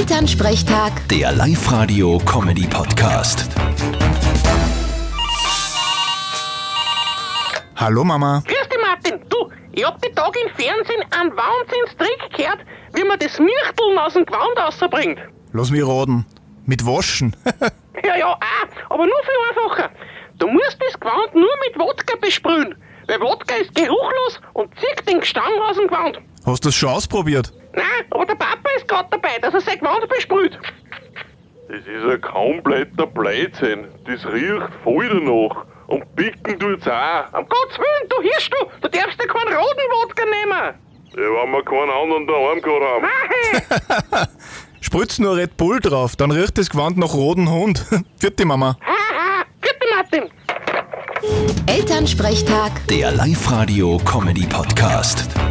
Elternsprechtag, Der Live-Radio-Comedy-Podcast. Hallo Mama. Grüß dich, Martin. Du, ich hab die Tag im Fernsehen einen Wahnsinnstrick gehört, wie man das Mirchteln aus dem Gewand rausbringt. Lass mich raten. Mit Waschen. Ja, ja, auch, aber nur viel einfacher. Du musst das Gewand nur mit Wodka besprühen, weil Wodka ist geruchlos und zieht den Gestank aus dem Gewand. Hast du das schon ausprobiert? Nein, aber der Papa ist gerade dabei, dass er sein Gewand besprüht. Das ist ein kompletter Blödsinn. Das riecht voll danach. Und picken tut's auch. Um Gottes Willen, du Hirsch, du, du darfst dir keinen roten Wodka nehmen. Ja, wenn wir keinen anderen daheim gehabt haben. Nein, Spritz nur Red Bull drauf, dann riecht das Gewand nach roten Hund. Vierte Mama. haha, grüß dich, Martin. Elternsprechtag. Der Live-Radio-Comedy-Podcast.